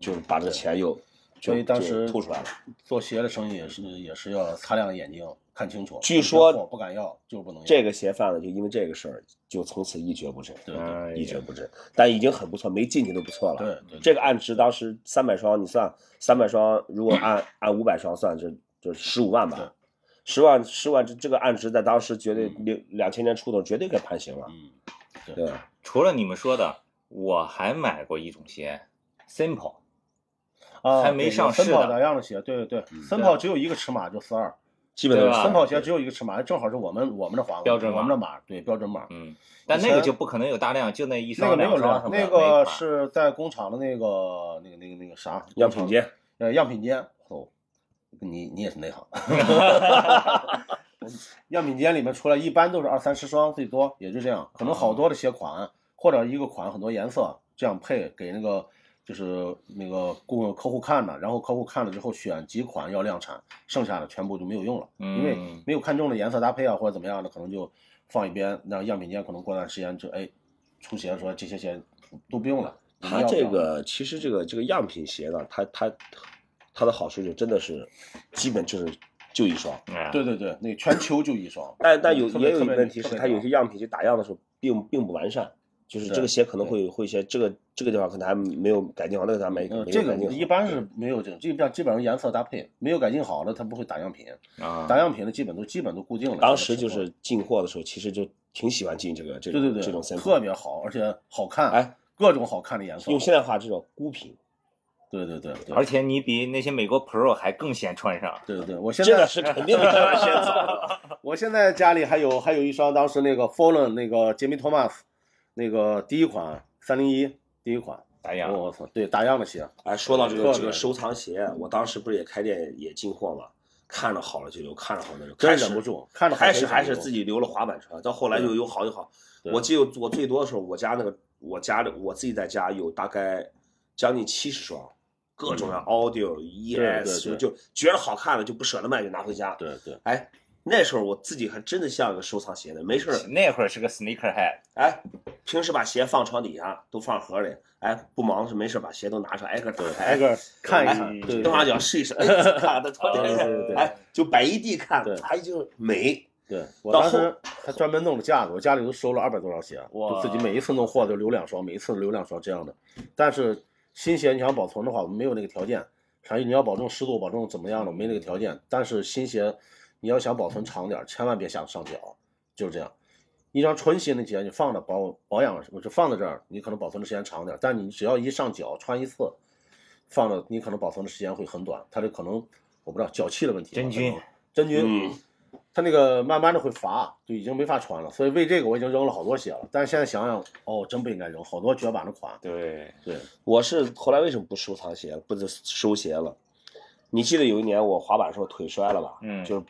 就是把这个钱又就所以当就时吐出来了。做鞋的生意也是也是要擦亮眼睛看清楚。据说我不敢要，就是不能要。这个鞋贩子就因为这个事儿，就从此一蹶不振，对哎呀一蹶不振。但已经很不错，没进去都不错了。对对，这个按值当时三百双，你算三百双，如果 按按五百双算，就就十五万对吧，十万十万这这个按值在当时绝对两两千年出头绝对给判刑了，嗯，对吧？除了你们说的，我还买过一种鞋，Simple，啊，还没对上有森市跑的嗯两样的鞋，对对对，森对啊跑只有一个尺码，就四二，基本都是对吧三森百跑鞋只有一个尺码，正好是我们我们的华标准码我们的码，对标准码。嗯，但那以个前就不可能有大量，就那一那双个没有两双量什，么的，那一个款是在工厂的那个那个那个那个啥样品，工街，厂呃，样品间哦，你你也是内 行，样品间里面出来一般都是二三十双最多，也就这样，可能好多的鞋款或者一个款很多颜色这样配给那个就是那个顾客户看的，然后客户看了之后选几款要量产，剩下的全部就没有用了，因为嗯没有看中的颜色搭配啊或者怎么样的，可能就放一边，让样品店可能过段时间就哎出鞋说这些鞋都不用了。你们它要不这要个其实这个这个样品鞋呢，它它它的好处就真的是基本就是就一双，哎对对对，那个全球就一双，啊嗯但但有特别也有一特个别问题特是，别它有高些样品去打样的时候并并不完善，就是这对个鞋可能对会会一些这个这个地方可能还没有改进好，那个地方没没有呃，改这进个好。一般是没有这个，基本上基本上颜色搭配，没有改进好的，它不会打样品，啊，打样品的基本都基本都固定了。当时就这个尺寸是进货的时候，其实就挺喜欢进这个这对种对对，这种 sample，特别好，而且好看，哎，各种好看的颜色。用现代话这种孤品，对对对对，而且你比那些美国 Pro 还更先穿上。对对对，我现这个在是肯定比现在先走的。我现在家里还有还有一双当时那个 Fallen 那个杰米托马斯那个第一款三零一第一款，打样我我操，对打样的鞋，哎，说到这个特这个别收藏鞋，我当时不是也开店也进货嘛，看着好了就留，看着好了就留，真开始忍不住，看着好开始真忍还不是住自己留了滑板穿，到后来就有好有好。对我记得我最多的时候，我家那个我家里我自己在家有大概将近七十双，各种的啊 audio、嗯对 ES，对就觉得好看了就不舍得卖，就拿回家。对对哎，那时候我自己还真的像个收藏鞋的，没事儿，那会儿是个 sneaker head，哎，平时把鞋放床底下，都放盒里，哎，不忙是没事把鞋都拿出来挨个打开，挨个看一哎看，对蹬对上脚试一试， 哎看它穿对这嗯对对哎，就摆一地看对，它就是美。对，我到当后时还专门弄了架子，我家里都收了二百多双鞋，哇就自己每一次弄货就留两双，每一次留两双这样的。但是新鞋你想保存的话，我们没有那个条件，还有你要保证湿度，保证怎么样的，没那个条件。但是新鞋你要想保存长点儿，千万别下上脚，就是这样。一双纯新的鞋，你放着保保养，我就放在这儿，你可能保存的时间长点儿，但你只要一上脚穿一次，放着你可能保存的时间会很短，它这可能我不知道脚气的问题吧，真菌可能真菌，嗯它那个慢慢的会乏，就已经没法穿了。所以为这个我已经扔了好多鞋了。但是现在想想，哦，真不应该扔，好多绝版的款。对，对，我是后来为什么不收藏鞋了，不是收鞋了？你记得有一年我滑板的时候腿摔了吧？嗯就是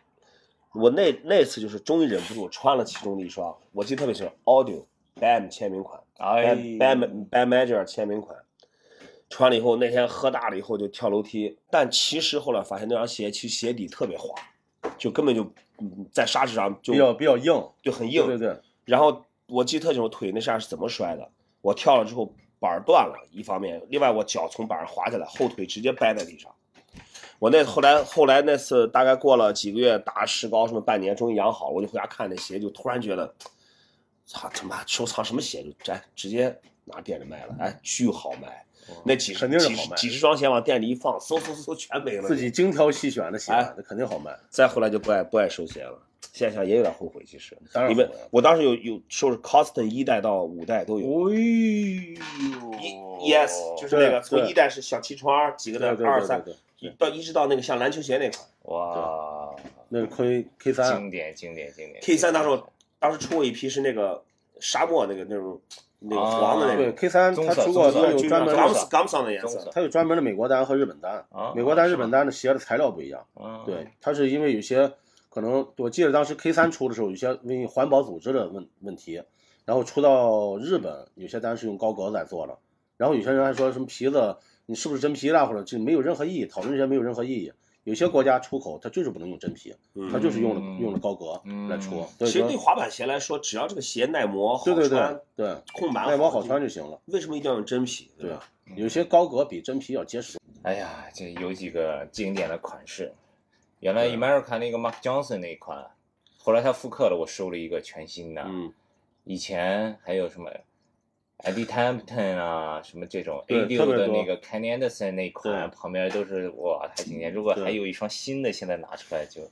我那那次就是终于忍不住穿了其中的一双，我记得特别清楚，Audio Bam 签名款。哎 Bad Bad Bad Major 签名款，穿了以后那天喝大了以后就跳楼梯，但其实后来发现那双鞋其实鞋底特别滑，就根本就嗯在沙子上就比较比较硬，就很对硬。对对，然后我记得特清楚腿那下是怎么摔的，我跳了之后板儿断了，一方面，另外我脚从板上滑下来，后腿直接掰在地上。我那后来后来那次大概过了几个月打石膏什么半年，终于养好了，我就回家看那鞋，就突然觉得，操他妈收藏什么鞋就摘，直接拿店里卖了，哎，巨好卖，那几十肯定是几好十卖几十双鞋往店里一放，嗖嗖嗖全没了。自己精挑细选的鞋，哎那肯定好卖。再后来就不爱不爱收鞋了，现在想也有点后悔，其实。当然你们好了，我当时有有收拾 Coston 一代到五代都有。哦哎 Yes，就是那个对从对一代是小气窗，几个对的对对二对三对，对到一直到那个像篮球鞋那款哇，那个 K K 三经典经典经典。 K 三，当时我当时出过一批是那个沙漠那个那种那个黄的那对种， K 三，棕它色出过棕它色有就是啊专门 gums 的， gums 的颜棕色色。它有专门的美国单和日本单啊。美国单、是日本单的鞋的材料不一样，啊对，它是因为有些可能，我记得当时 K 三出的时候，有些因为环保组织的问问题，然后出到日本，有些单是用高格来做的，然后有些人还说什么皮子你是不是真皮啦，或者这没有任何意义，讨论这些没有任何意义。有些国家出口它就是不能用真皮，它嗯，就是用了、嗯用了高格来出嗯，所其以实对说滑板鞋来说，只要这个鞋耐磨好对对对穿，对，控板耐磨好穿就行了。为什么一定要用真皮？对吧？，有嗯些高格比真皮要结实。哎呀，这有几个经典的款式，原来 America 那个 Mark Johnson 那一款，后来他复刻了，我收了一个全新的。嗯，以前还有什么 Eddie Tampton 啊，什么这种 A 对六特别的多那个 Kenny Anderson 那款，对旁边都是哇，还挺年。如果对还有一双新的，现在拿出来就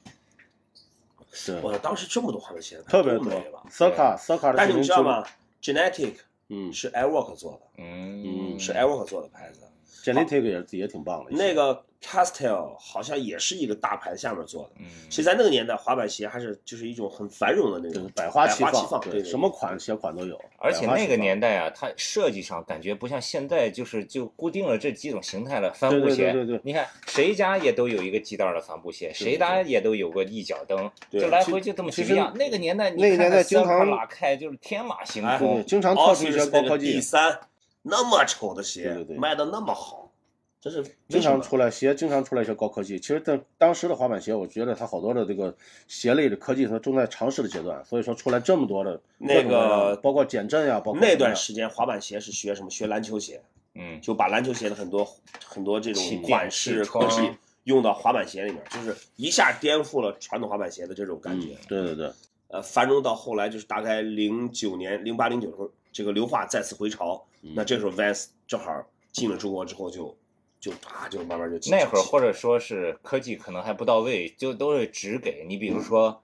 对，我当时这么多滑板鞋，特别都多没了。。 Circa Circa 的啊但是你知道70吗？Genetic 嗯是 Airwalk 做的，嗯是 Airwalk 做的牌子。 ，Genetic 也也挺棒的。那个 Castel 好像也是一个大牌下面做的。嗯，其实，在那个年代，滑板鞋还是就是一种很繁荣的那就是种百花齐齐放，对对什么款鞋款都有。而且百花齐那个放年代啊，它设计上感觉不像现在，就是就固定了这几种形态了。帆布对对鞋，对对对你看谁家也都有一个鸡蛋儿的帆布鞋，谁家也都有个一脚蹬，对就来回就这么几其个样。其那个年代，你那个看年代看经斯科常拉开就是天马行哎对空对，，经常奥跳出斯一是些那高个科第技。三，那么丑的鞋对对对卖的那么好，这是为经什么常出来鞋，经常出来一些高科技。其实在当时的滑板鞋，我觉得它好多的这个鞋类的科技，它正在尝试的阶段，所以说出来这么多的那各种各样个的包括减震呀、包括那什么段呀时间滑板鞋是学什么？学篮球鞋，嗯，就把篮球鞋的很多很多这气种垫款式气窗科技用到滑板鞋里面，就是一下颠覆了传统滑板鞋的这种感觉。嗯对对对，呃，繁荣到后来就是大概零九年、零八零九这个硫化再次回潮，嗯那这时候 Vans 正好进了中国之后就，就啪就慢慢就起那会儿起或者说是科技可能还不到位，就都是只给你，比如说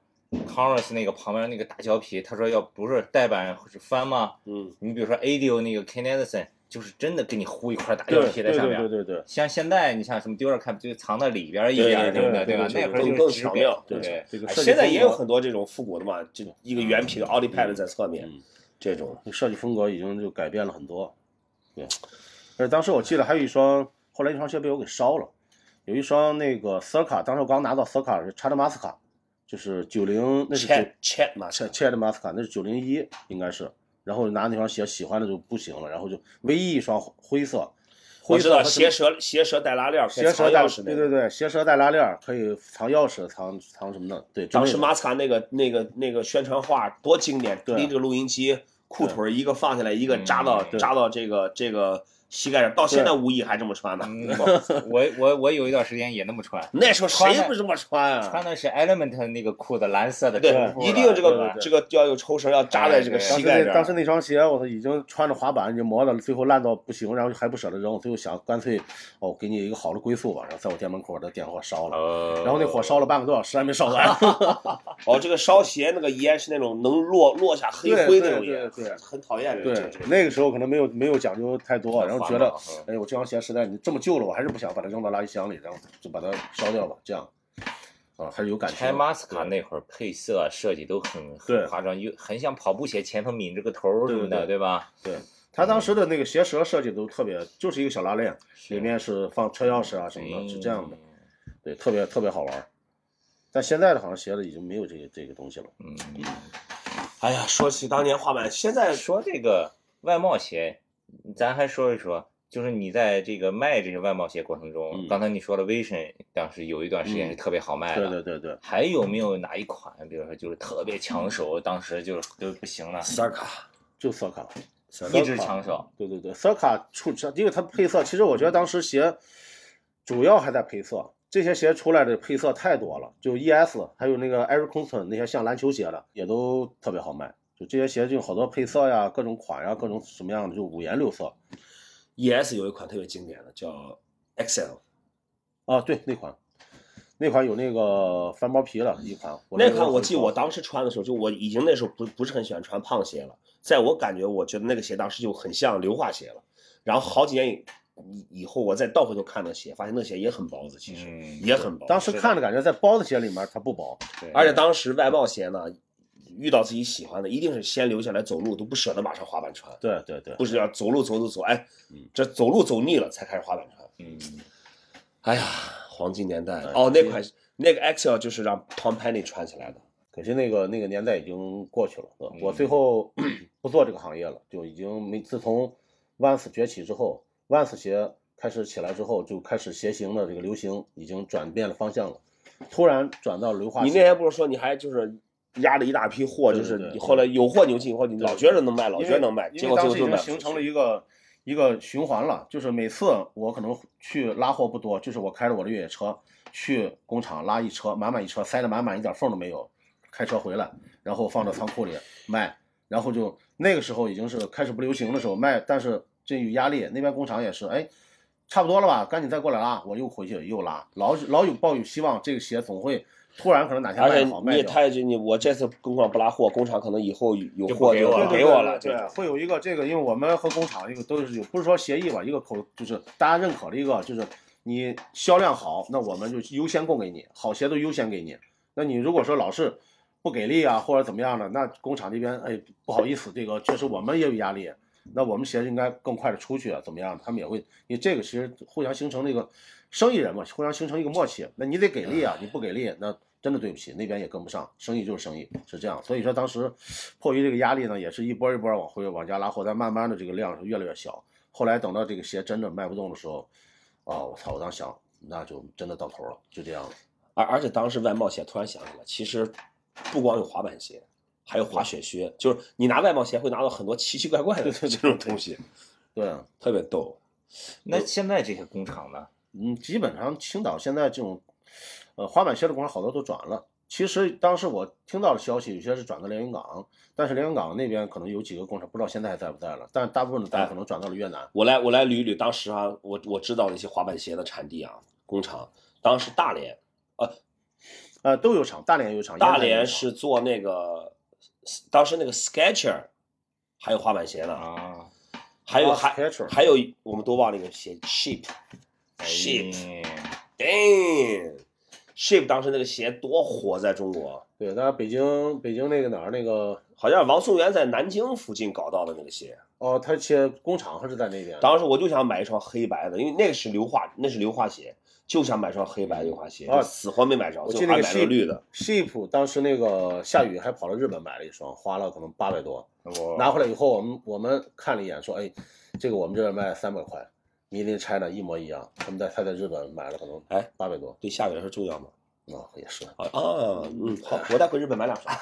Converse 那个旁边那个大胶皮，他说要不是带板是翻吗？嗯，你比如说 ADO 那个 k e n e d i s o n 就是真的给你糊一块大胶对皮对在上对面啊对。对对，像现在你像什么 d u r a c a p 就藏到里边儿一点儿对什么的，对吧？对对那会儿更就更是只巧给妙对对啊这个哎设计现在也有风格很多这种复古的嘛，这一个圆皮的 o l i pad 在侧面，嗯这种设计风格已经就改变了很多。对，而且当时我记得还有一双，后来一双鞋被我给烧了，有一双那个 Circa，当时我刚拿到 Circa 是 Chad m a s c a 就是九零那是九 chat chat 嘛，切切的马斯卡，那是九零一应该是，然后拿那双鞋喜欢的就不行了，然后就唯一一双灰色，我灰知色道和什鞋么舌鞋舌带拉链儿，鞋带舌带钥匙那对个。对对，鞋舌带拉链儿可以藏钥匙、藏藏什么的，对，当时马马斯卡那个那个那个宣传画多经典，对嗯拎着录音机，裤腿儿一个放下来，一个扎到对扎到这个这个膝盖上，到现在无疑还这么穿呢。嗯， 我我我有一段时间也那么穿，那时候谁穿的不这么穿啊？穿的是 Element 那个裤子，蓝色的对重，复一的定有这对个吧这个要有抽绳，要扎在这个对哎当膝时盖那当上时。那双鞋，我操，已经穿着滑板，已经磨的，最后烂到不行，然后还不舍得扔，最后想干脆哦，给你一个好的归宿吧，然后在我店门口把这店火烧了，呃哦然后那火烧了半个多小时还没烧完，哦，这个烧鞋那个烟是那种能落落下黑对灰对那种对烟，对很讨厌这个。对这个，那个时候可能没有没有讲究太多，然后觉得很烦恼哎，我这双鞋实在你这么旧了，我还是不想把它扔到垃圾箱里，然后就把它烧掉吧，这样，啊，还是有感情开的。马斯卡嗯那会儿配色啊设计都很对很夸张，又很像跑步鞋前头抿着个头儿什么的，对对对对吧？对他当时的那个鞋舌设计都特别，就是一个小拉链，是里面是放车钥匙啊什么的，是这样的，嗯对，特别特别好玩儿。但现在的好像鞋子已经没有这个这个东西了。嗯，哎呀，说起当年滑板，现在说这个外贸鞋，咱还说一说，就是你在这个卖这些外贸鞋过程中，嗯刚才你说了，Vision 当时有一段嗯时间是特别好卖的。对对对对，还有没有哪一款，比如说就是特别抢手，当时就就不行了，三卡，就 c 卡。一直抢啊手。对对对，Circa 出，因为它配色，其实我觉得当时鞋主要还在配色，这些鞋出来的配色太多了，就 ES 还有那个 Eric Conston 那些像篮球鞋的也都特别好卖，就这些鞋就有好多配色呀，各种款呀，各种什么样的，就五颜六色。 ES ，E 有一款特别经典的叫 XL，啊，对，那款，那款有那个翻包皮的一款，那个款我很记高我当时穿的时候，就我已经那时候不不是很喜欢穿胖鞋了，在我感觉，我觉得那个鞋当时就很像硫化鞋了。然后好几年以以以后，我再倒回头看那鞋，发现那鞋也很包子，其实、嗯也很包子。当时看着感觉在包子鞋里面它不薄，对而且当时外贸鞋呢，遇到自己喜欢的，一定是先留下来走路，都不舍得马上滑板穿，对对对，不是要走路走走走，哎嗯，这走路走腻了才开始滑板穿。嗯，哎呀，黄金年代哎哦，那款那个 XL 就是让 Tom Penny 穿起来的。可惜那个那个年代已经过去了，呃嗯我最后不做这个行业了，就已经没。自从 Vans 崛起之后，Vans 鞋开始起来之后，就开始鞋型的这个流行已经转变了方向了，突然转到硫化你鞋。那天不是说你还就是压了一大批货，对就对是对你后来有货牛进货，你老觉得能卖，老因觉为得能卖，因结为果最当后时已就经卖不出去。形成了一个一个循环了，就是每次我可能去拉货不多，就是我开着我的越野车去工厂拉一车，满满一车，塞得满满，一点缝都没有，开车回来，然后放到仓库里卖，然后就那个时候已经是开始不流行的时候卖，但是这有压力，那边工厂也是，哎。差不多了吧，赶紧再过来拉！我又回去又拉，老老有抱有希望，这个鞋总会突然可能哪天而且卖好卖你也掉太你我这次工厂不拉货，工厂可能以后有就不货给就我不了给我了。对这对，种会有一个这个，因为我们和工厂一个都是有，不是说协议吧，一个口就是大家认可的一个，就是你销量好，那我们就优先供给你，好鞋都优先给你。那你如果说老是不给力啊，或者怎么样的，那工厂这边哎不好意思，这个确实我们也有压力，那我们鞋应该更快的出去啊，怎么样？他们也会，因为这个其实互相形成那个生意人嘛，互相形成一个默契。那你得给力啊，你不给力，那真的对不起，那边也跟不上，生意就是生意，是这样。所以说当时迫于这个压力呢，也是一波一波往回往家拉货，但慢慢的这个量是越来越小。后来等到这个鞋真的卖不动的时候，啊，我操！我当时想，那就真的到头了，就这样了。而而且当时外贸鞋突然想起来，其实不光有滑板鞋，还有滑雪靴，就是你拿外贸鞋会拿到很多奇奇怪怪的这种东西，对啊，特别逗。那现在这些工厂呢？嗯，基本上青岛现在这种，呃，滑板鞋的工厂好多都转了。其实当时我听到的消息，有些是转到连云港，但是连云港那边可能有几个工厂，不知道现在还在不在了。但大部分的单哎可能转到了越南。我来我来捋一捋，当时啊，我我知道那些滑板鞋的产地啊，工厂，当时大连，呃，都有厂，大连也有厂，大烟台也有连厂是做那个，当时那个 Sketcher，还有滑板鞋呢，啊，还有啊还 Skechers 还有我们都忘了一个鞋 Sheep，哎 Shit Damn，Shape 当时那个鞋多火，在中国，对，当然北京北京那个哪儿那个好像是王颂元在南京附近搞到的那个鞋。哦，他些工厂还是在那边。当时我就想买一双黑白的，因为那个是硫化，那是硫化鞋，就想买双黑白硫化鞋，啊死活没买着，我最记后得那还个买了 sheep 绿的。 sheep 当时那个夏雨还跑到日本买了一双，花了可能八百多，我拿回来以后，我们我们看了一眼，说，哎，这个我们这边卖三百块，Made in China 一模一样。他们在他在日本买了可能哎八百多对下雨是重要吗？啊、也是。啊，啊嗯，好，我再回日本买两 双。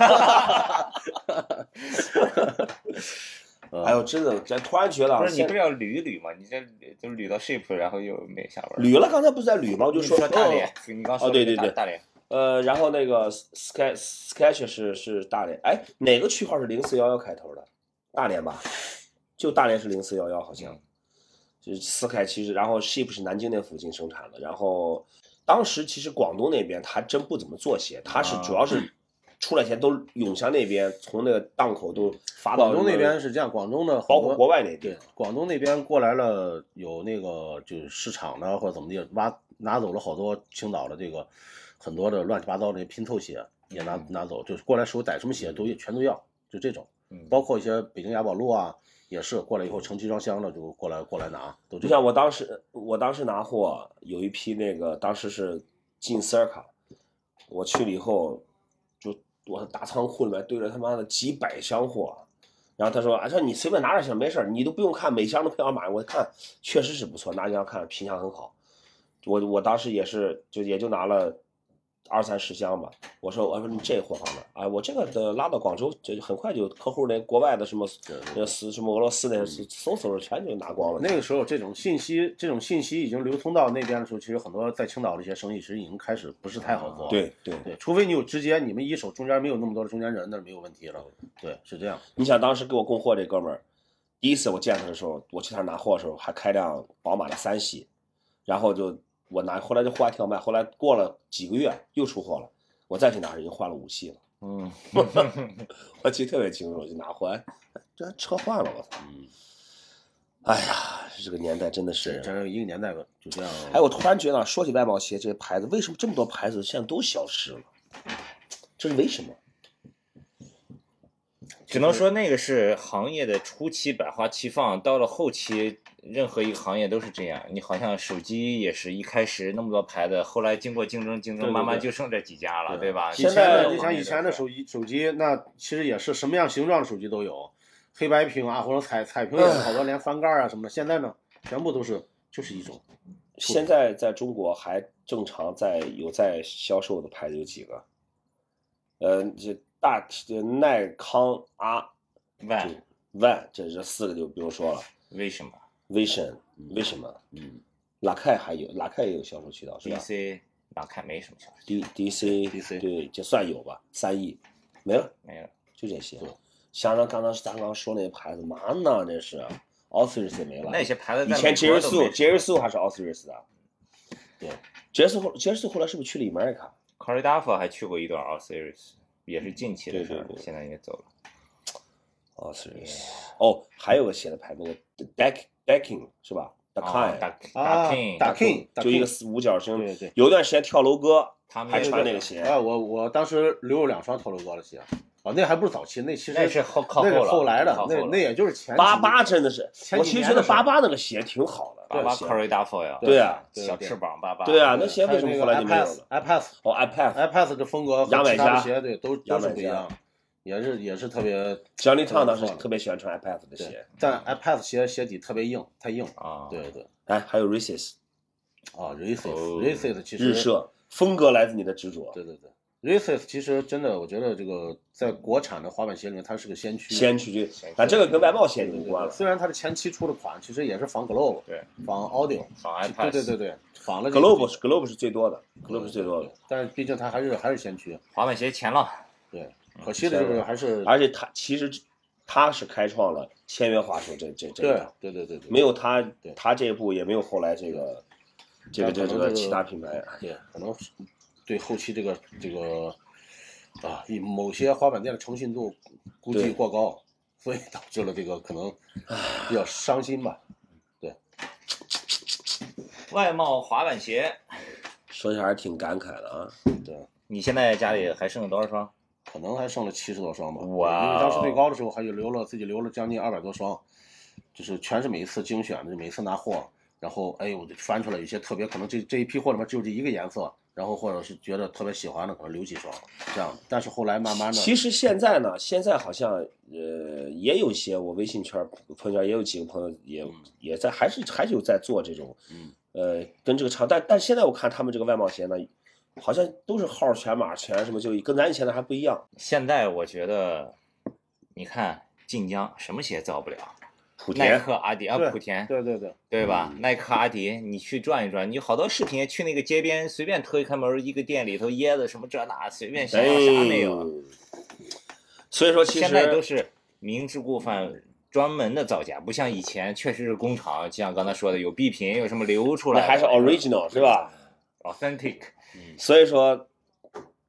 哎呦，真的，这突然觉得啊不是你现不是要捋一捋吗？你这捋就捋到 shape，然后又没下文儿。捋了，刚才不是在捋吗？我就你说说大连，你刚说哦对那个对对大大连，呃，然后那个 Sky Sketch 是是大连，哎，哪个区号是零四幺幺开头的？大连吧，就大连是零四幺幺，好像嗯。就是四海其实，然后 Ship 是南京那附近生产的，然后当时其实广东那边他还真不怎么做鞋，他是啊主要是出来前都涌向那边，从那个档口都发到广东什么那边，是这样，广东的很包多括国外那对边，广东那边过来了，有那个就是市场的或者怎么地，挖拿走了好多青岛的这个很多的乱七八糟的拼凑鞋也拿嗯拿走，就是过来时候逮什么鞋都全都要，就这种，嗯包括一些北京雅宝路啊，也是过来以后成集装箱的就过来过来拿，都就这像样。我当时，我当时拿货有一批那个，当时是进 Circa，我去了以后，就我大仓库里面堆了他妈的几百箱货，然后他说，啊，说你随便拿着行，没事儿你都不用看每箱的配号码，我看确实是不错，拿一箱看评价很好，我我当时也是就也就拿了。二三十箱吧，我说我说你这货放哪儿？哎，我这个的拉到广州，这很快就客户连国外的什么对嗯对呃斯什么俄罗斯那搜搜着全就拿光了。那个时候，这种信息，这种信息已经流通到那边的时候，其实很多在青岛的一些生意，其实已经开始不是太好做。对对，对，除非你有直接，你们一手中间没有那么多的中间人，那是没有问题了。对，是这样。你想当时给我供货这哥们儿，第一次我见他的时候，我去他那儿拿货的时候，还开辆宝马的三系，然后就我拿，后来这货还挺好卖，后来过了几个月又出货了，我再去拿已经换了五系了，嗯，我记得特别清楚，我就拿货，哎，这还车换了，我操！嗯，哎呀，这个年代真的这是。这是一个年代吧，就这样。哎，我突然觉得啊，说起外贸鞋这些牌子，为什么这么多牌子现在都消失了？这是为什么？只能说那个是行业的初期百花齐放，到了后期，任何一个行业都是这样。你好像手机也是一开始那么多牌子，后来经过竞争竞对争，对慢慢对就剩这几家了，对吧？以现前在的你想以前的手机手机，那其实也是什么样形状的手机都有，黑白屏啊，或者彩彩屏也嗯是好多，连翻盖啊什么的。现在呢，全部都是就是一种。现在在中国还正常在有在销售的牌子有几个？呃，这大这耐康、阿外万，这这四个就不用说了。为什么 Vision 为什么？嗯，拉凯还有，拉凯也有销售渠道是吧？DC 哪看没什么消息， ？D DC DC 对，这算有吧？三亿没了，没有。就这些对。想想刚才咱刚说那些牌子，嘛呢？这是啊 Office 也没了，那些牌子以在前杰美瑞国都素，没杰瑞素还是 Office 的。对，杰瑞素后杰瑞素后来是不是去了 America？ c o r i d a f a 还去过一段 All Series，也是近期的事儿对对了，对现在应该走了。哦，是哦，还有个写的牌子，那个 deck decking 是吧啊？decking，打打 King，打 king，就一个四五角星。对对有一段时间跳楼哥他们还也穿那是个鞋，哎，我我当时留有两双头颅哥的鞋，啊，那还不是早期，那其实那是后靠那是后了后来的靠，后那了那也就是前几八八真的是，前我几其实年觉得的事儿八八那个鞋挺好的，爸那爸个鞋 c o r i d a f a 呀，对啊对小对翅膀爸爸，对啊，嗯那鞋为什么后来就没有了？iPad E 哦，iPad， iPad 的风格和牙买其他加的鞋对都牙都是买不一加样。也是也是特别，江立畅当时特别喜欢穿 iPad 的鞋，但 E iPad 鞋鞋底特别硬，太硬。啊，对对，哎，还有 Races 啊 r a c i s 哦 r a c i s 其实日射，风格来自你的执着，对对对 r a c i s 其实真的，我觉得这个在国产的滑板鞋里面，它是个先驱。先驱，但这个跟外贸鞋已对经对无关对，了。虽然它的前期出的款其实也是仿 Globe，对，仿 Audio，仿对 iPad，对对对，仿了这个 E Globe 是 Globe 是最多的，Globe 是最多的，但是毕竟它还是还是先驱，滑板鞋前浪，对，可惜的嗯就是还是而且他其实他是开创了签约滑手这这这一对条，对对对对，没有他对他这一步也没有后来这个这个这个这个其他品牌，啊对，可能是对后期这个这个啊，一某些滑板店的诚信度估计对过高，所以导致了这个可能比较伤心吧。外贸滑板鞋，说起来还是挺感慨的啊。对，你现在家里还剩了多少双？可能还剩了七十多双吧。哇因为当时最高的时候还有留了自己留了将近二百多双，就是全是每一次精选的，每一次拿货，然后哎我就翻出来，有些特别可能这这一批货里面只有这一个颜色，然后或者是觉得特别喜欢的，可能留几双这样。但是后来慢慢的，其实现在呢，现在好像呃也有些我微信圈儿朋友圈儿也有几个朋友也、也在还是还是有在做这种，嗯呃跟这个厂，但但现在我看他们这个外贸鞋呢，好像都是号儿全码儿全什么，就跟咱以前的还不一样，现在我觉得，你看晋江什么鞋造不了，莆耐田嗯克、阿迪啊，对莆田，对对对，对吧？耐克、阿迪，你去转一转，你好多视频去那个街边随便推开门，一个店里头椰子什么这那，随便想要啥没有。啊哎所以说哎其现在都实是明知故犯。专门的造假，不像以前，确实是工厂，就像刚才说的，有闭品，有什么流出那来还的，是 original 是吧？ authentic。所以说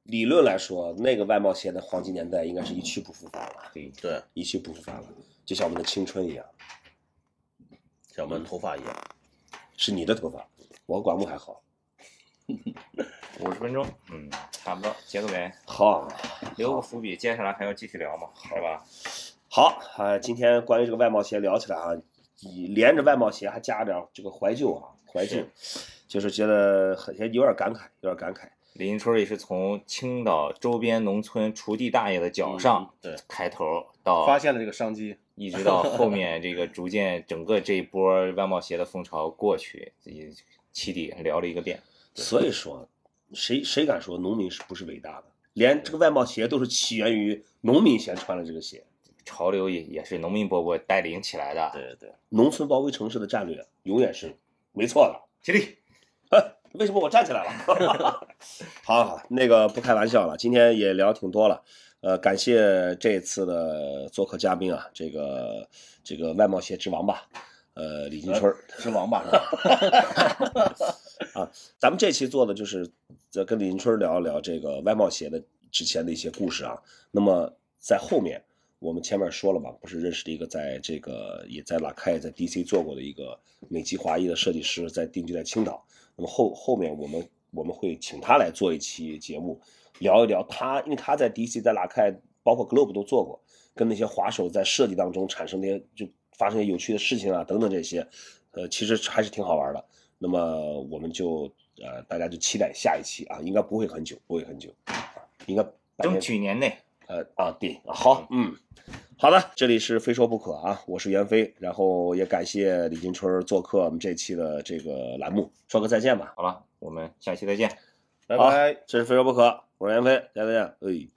理论来说，那个外贸鞋的黄金年代应该是一去不复返了，对，对，一去不复返了，就像我们的青春一样，像我们头发一样。是你的头发，我管木还好。五十分钟，嗯，差不多，结个尾，好，留个伏笔，接下来还要继续聊嘛，是吧？好，呃，今天关于这个外贸鞋聊起来啊，以连着外贸鞋还加点这个怀旧啊，怀旧，就是觉得很有点感慨，有点感慨。林春也是从青岛周边农村锄地大爷的脚上对，开头，到发现了这个商机，一直到后面这个逐渐整个这一波外贸鞋的风潮过去，自己起底聊了一个遍。所以说，谁谁敢说农民是不是伟大的？连这个外贸鞋都是起源于农民先穿了这个鞋，潮流也也是农民伯伯带领起来的，对对，农村包围城市的战略永远是没错的。起立。为什么我站起来了？ 好好，那个不开玩笑了，今天也聊挺多了，呃，感谢这次的做客嘉宾啊，这个这个外贸鞋之王吧，呃，李金春儿。是王八是吧？咱们这期做的就是在跟李金春聊一聊这个外贸鞋的之前的一些故事啊。那么在后面，我们前面说了嘛，不是认识了一个在这个也在拉开在 DC 做过的一个美籍华裔的设计师，在定居在青岛。那么后后面我们我们会请他来做一期节目，聊一聊他，因为他在 DC 在拉开，包括 Globe 都做过，跟那些滑手在设计当中产生的一些就发生一些有趣的事情啊等等这些，呃，其实还是挺好玩的。那么我们就呃，大家就期待下一期啊，应该不会很久，不会很久，啊应该半争年取年内，呃啊对，啊好嗯，好的，这里是非说不可啊，我是袁飞，然后也感谢李金春儿做客我们这期的这个栏目，说个再见吧，好了，我们下期再见。拜好拜。这是非说不可，我是袁飞，大家再见，哎。